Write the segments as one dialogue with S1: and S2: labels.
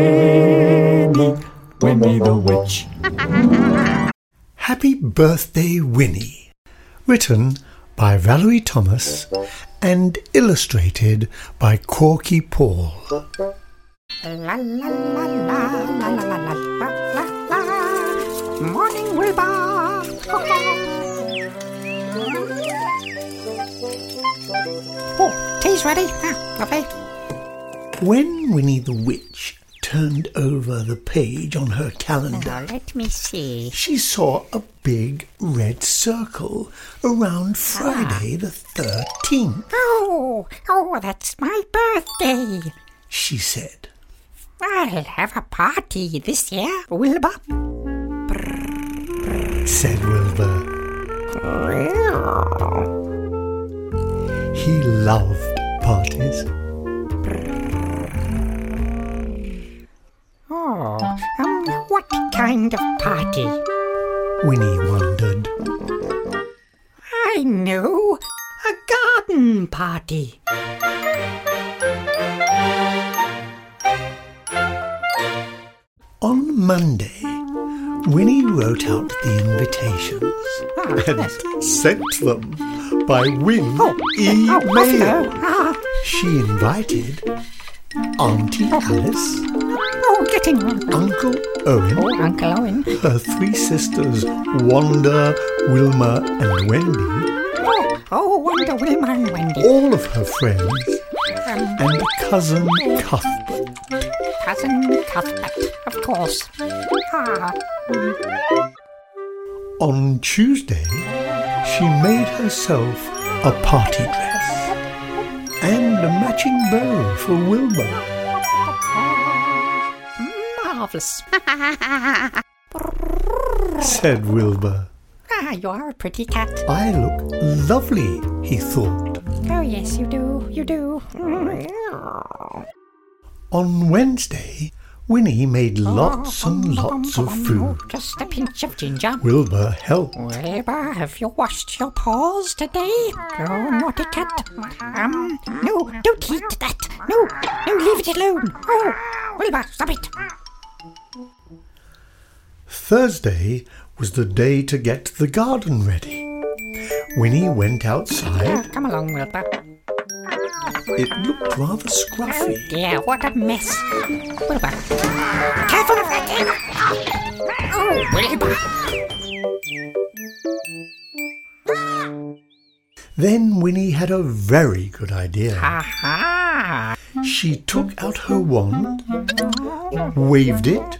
S1: Winnie, Winnie the Witch.
S2: Happy Birthday, Winnie. Written by Valerie Thomas and illustrated by Corky Paul.
S3: La la la la la la la la la la la. Morning, Wilbur. oh, tea's ready. Ah, lovely.
S2: When Winnie the Witch turned over the page on her calendar,
S3: Now let me see.
S2: she saw a big red circle around Friday the 13th,
S3: Oh, oh, that's my birthday.
S2: she said.
S3: I'll have a party this year, Wilbur.
S2: Said Wilbur. He loved parties.
S3: Oh, um, what kind of party?
S2: Winnie wondered.
S3: I know. A garden party.
S2: On Monday, Winnie wrote out the invitations
S3: Ah, yes.
S2: and sent them by Win
S3: Oh,
S2: e
S3: oh, hello.
S2: email.
S3: Ah,
S2: She invited Auntie Alice,
S3: oh, getting on.
S2: Uncle Owen,
S3: Oh, Uncle Owen.
S2: her three sisters Wanda, Wilma, and Wendy,
S3: Oh, oh, Wonder Wilma and Wendy.
S2: all of her friends,
S3: Um,
S2: and cousin Cuthbert.
S3: cousin Cuthbert, of course. Ah,
S2: On Tuesday, she made herself a party dress and a matching bow for Wilbur.
S3: marvellous.
S2: Said Wilbur,
S3: Ah, you are a pretty cat.
S2: I look lovely, he thought.
S3: Oh, yes, you do, you do. Mm.
S2: On Wednesday, Winnie made lots and lots of food.
S3: Just a pinch of ginger.
S2: Wilbur helped.
S3: Wilbur, have you washed your paws today? Oh, naughty cat. Um, no, don't eat that. No, no, leave it alone. Oh, Wilbur, stop it.
S2: Thursday was the day to get the garden ready. Winnie went
S3: Oh,
S2: outside.
S3: come along, Wilbur.
S2: It looked rather
S3: Oh
S2: scruffy.
S3: dear, what a mess. Wilbur. Careful of that thing. Oh, Wilbur.
S2: Then Winnie had a very good idea.
S3: Aha.
S2: She took out her wand, waved it,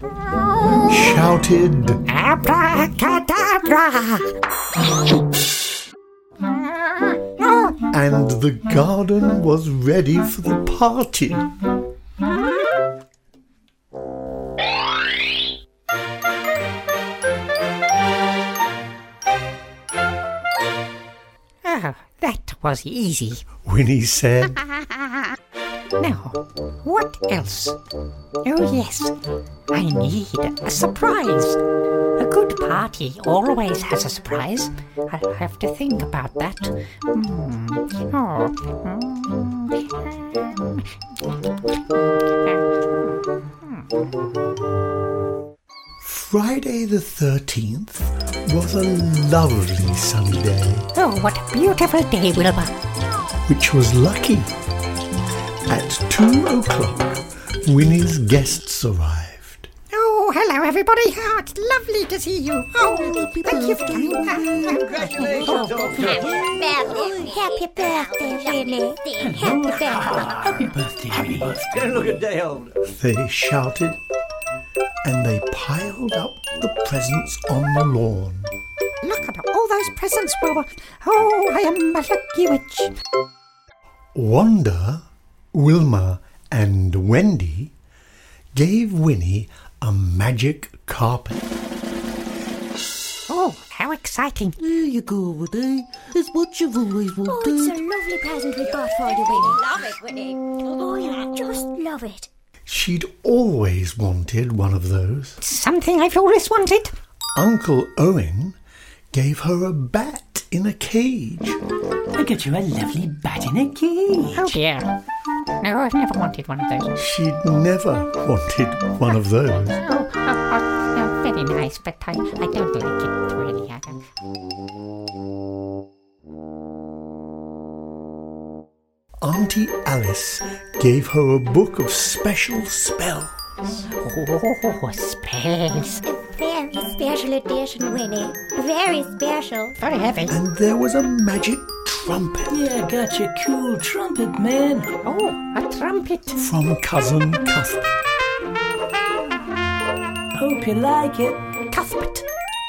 S2: shouted,
S3: Abracadabra. Ah,
S2: and the garden was ready for the party.
S3: Oh, that was easy.
S2: Winnie said,
S3: Now, what else? Oh, yes, I need a surprise. A good party always has a surprise. I'll have to think about that. Hmm. Oh.
S2: Friday the 13th was a lovely sunny day.
S3: oh, what a beautiful day, Wilbur.
S2: which was lucky. At two o'clock, Winnie's guests arrived.
S3: Oh, hello, everybody. Oh, it's lovely to see you. Oh, thank you for coming. Congratulations.
S4: Happy birthday, Winnie. Happy birthday.
S5: Don't look a day older.
S2: They shouted and they piled up the presents on the lawn.
S3: Look at all those presents, Wilbur. Oh, I am a lucky witch.
S2: Wanda, Wilma, and Wendy gave Winnie a magic carpet.
S3: Oh, how exciting.
S6: There you go, Woody. It's what you've always
S4: Oh,
S6: wanted.
S4: it's a lovely present we got for you, Winnie. Love it, Winnie. Oh, yeah, just love it.
S2: She'd always wanted one of those.
S3: Something I've always wanted.
S2: Uncle Owen gave her a bat in a cage.
S5: I got you a lovely bat in a cage.
S3: Oh dear. No, I've never wanted one of those.
S2: She'd never wanted one of those.
S3: Oh, oh, oh, no, very nice, but I, I don't like it, really. I don't.
S2: Auntie Alice gave her a book of special spells.
S3: Oh, spells.
S4: Very special edition, Winnie. Very special.
S3: Very heavy.
S2: And there was a magic trumpet
S5: Yeah, got your cool trumpet, man.
S3: Oh, a trumpet.
S2: from Cousin Cuthbert.
S5: Hope you like it.
S3: Cuthbert.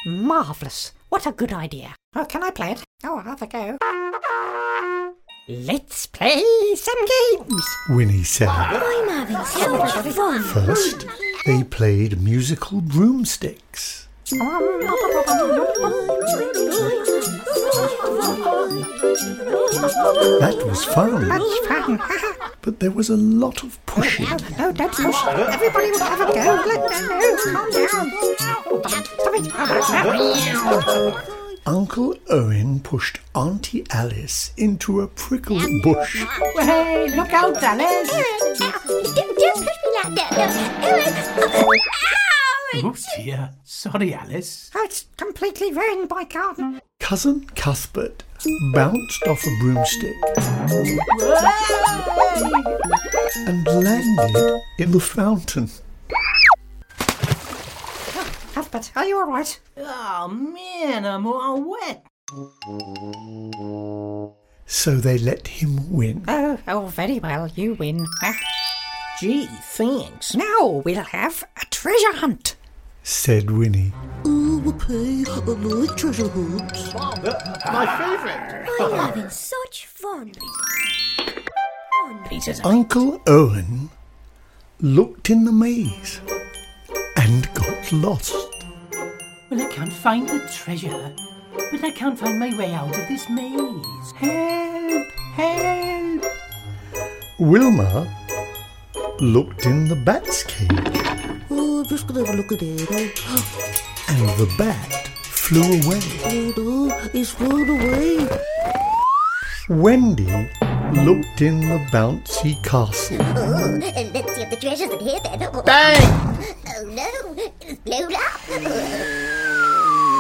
S3: Marvellous. What a good idea. Oh, can I play it? Oh, I'll have a go. Let's play some games.
S2: Winnie said.
S4: Boy, Marvin, so much fun.
S2: First, they played musical broomsticks. That was fun,
S3: Much fun.
S2: but there was a lot of pushing.
S3: no, no, don't push. Everybody will have a go. Let, no, no, calm down. Stop it.
S2: Uncle Owen pushed Auntie Alice into a prickle bush.
S3: Hey, look out, Alice.
S4: Eric, ow, don't, don't push me like that. No, Eric. Ow!
S5: Oh dear. Sorry, Alice.
S3: Oh, it's completely ruined by Carlton.
S2: Cousin Cuthbert bounced off a broomstick and landed in the fountain.
S3: Cuthbert, are you all right?
S5: Oh man, I'm all wet.
S2: So they let him win.
S3: Oh, oh, very well. You win. Ah,
S5: Gee, thanks.
S3: Now we'll have a treasure hunt.
S2: said Winnie.
S6: Oh, okay, I like treasure hunts.
S4: Boy, Marvin, Oh, such fun.
S2: Uncle Owen looked in the maze and got lost.
S5: Well, I can't find the treasure. But I can't find my way out of this maze. Help! Help!
S2: Wilma looked in the bat's cage
S6: Oh, I'm just gonna have a look at it.
S2: and the bat flew away.
S6: Oh, no, it's flown away.
S2: Wendy looked in the bouncy castle
S4: Oh, let's see if the treasure's in here then. Bang! Oh no, it's blown up.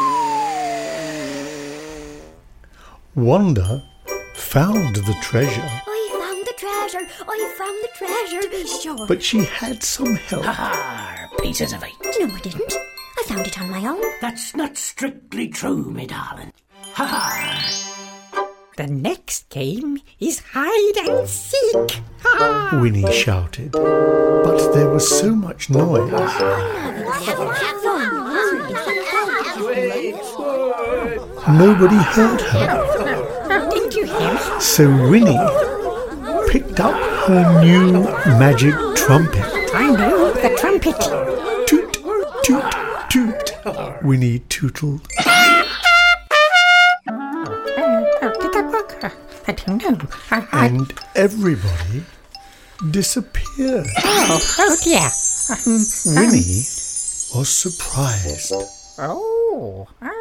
S2: Wanda found the treasure,
S4: I found the treasure. I found the treasure. To be sure.
S2: but she had some help.
S5: Arr, pieces of eight.
S4: no, I didn't. I found it on my own.
S5: That's not strictly true, me darling. Ha ha!
S3: The next game is hide and seek. Ha!
S2: Winnie shouted. But there was so much noise, nobody heard her.
S3: Didn't you hear?
S2: So Winnie picked up her new magic trumpet.
S3: I know the trumpet.
S2: Toot, toot, toot. Winnie tootled.
S3: Oh, oh, did that work? I don't know. I, I,
S2: and everybody disappeared.
S3: oh, oh dear. Um,
S2: Winnie was surprised.
S3: oh.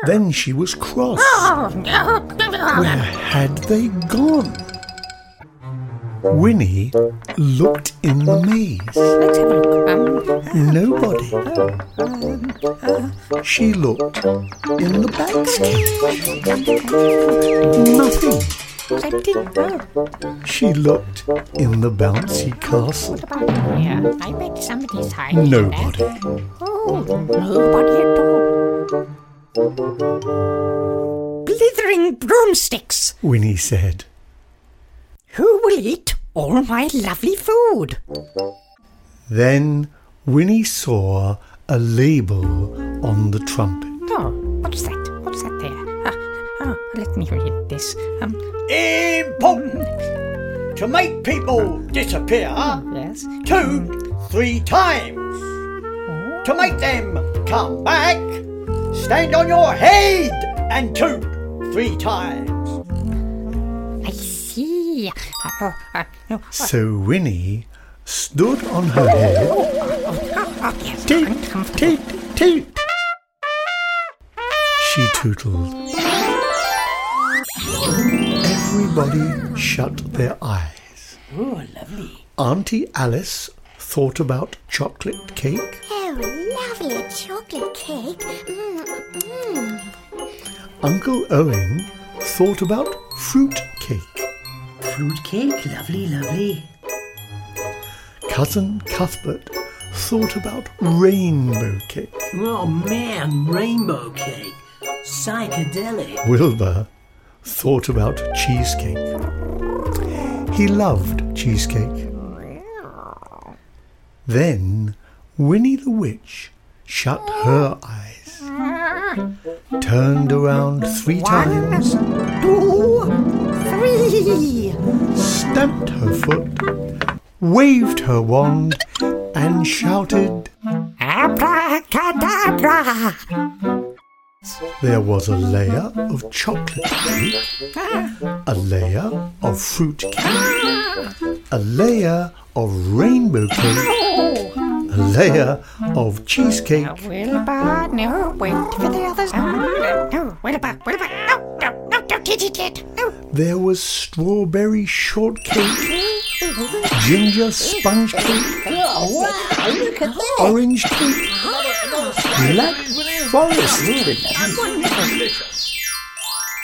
S2: Then she was cross.
S3: Oh, no.
S2: Where had they gone? Winnie looked in the maze.
S3: Let's have a look. Um,
S2: Nobody. She looked in the bat's cage. Nothing.
S3: I didn't know
S2: She looked in the bouncy castle.
S3: about here. I bet somebody's hiding there.
S2: Nobody.
S3: Oh, nobody at all. Blithering broomsticks.
S2: Winnie said.
S3: Who will eat all my lovely food?
S2: Then Winnie saw a label on the trumpet.
S3: Oh, what's that? What's that there? Ah, oh, let me read this. Um,
S7: important to make people disappear
S3: Oh, yes.
S7: two, three times. To make them come back, stand on your head and toot three times.
S3: I see. Oh, uh, no.
S2: So Winnie stood on her head.
S3: Oh, yes.
S2: Toot, toot, toot. She tootled. Everybody shut their eyes.
S5: Oh, lovely.
S2: Auntie Alice thought about chocolate cake.
S4: Oh, lovely a chocolate cake. Mm, mm.
S2: Uncle Owen thought about fruit cake.
S5: Fruitcake, lovely, lovely.
S2: Cousin Cuthbert thought about rainbow cake.
S5: Oh man, rainbow cake. Psychedelic.
S2: Wilbur thought about cheesecake. He loved cheesecake. Then Winnie the Witch shut her eyes, turned around three times,
S3: Three!
S2: stamped her foot, waved her wand, and shouted.
S3: Abracadabra!
S2: There was a layer of chocolate cake, a layer of fruit cake, a layer of rainbow cake, a layer of cheesecake,
S3: Wilbur, no, wait for the others. No, no, Wilbur, Wilbur, no, no, no, no, kitty cat, no.
S2: there was strawberry shortcake, ginger sponge cake, orange cake, black forest cake.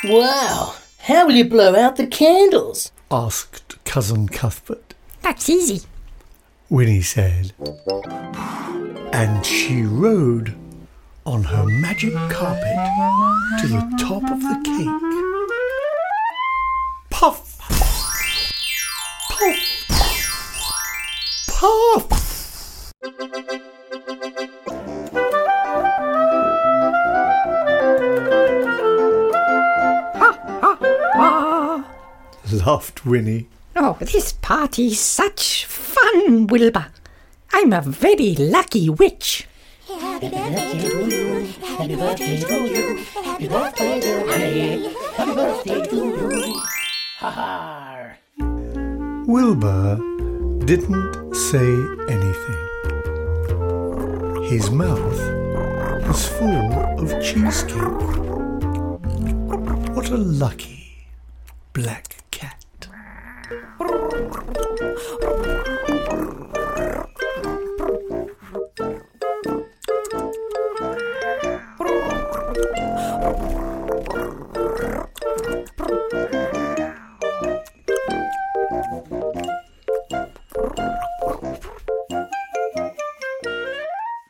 S5: Wow. How will you blow out the candles?
S2: asked Cousin Cuthbert.
S3: That's easy.
S2: Winnie said. And she rode on her magic carpet to the top of the cake. Puff! Puff! Puff! laughed Winnie.
S3: Oh, this party's such fun, Wilbur. I'm a very lucky witch.
S4: Happy birthday to you. Happy birthday to you. Happy birthday to you. Happy birthday to you.
S2: Wilbur didn't say anything. His mouth was full of cheesecake. What a lucky black cat.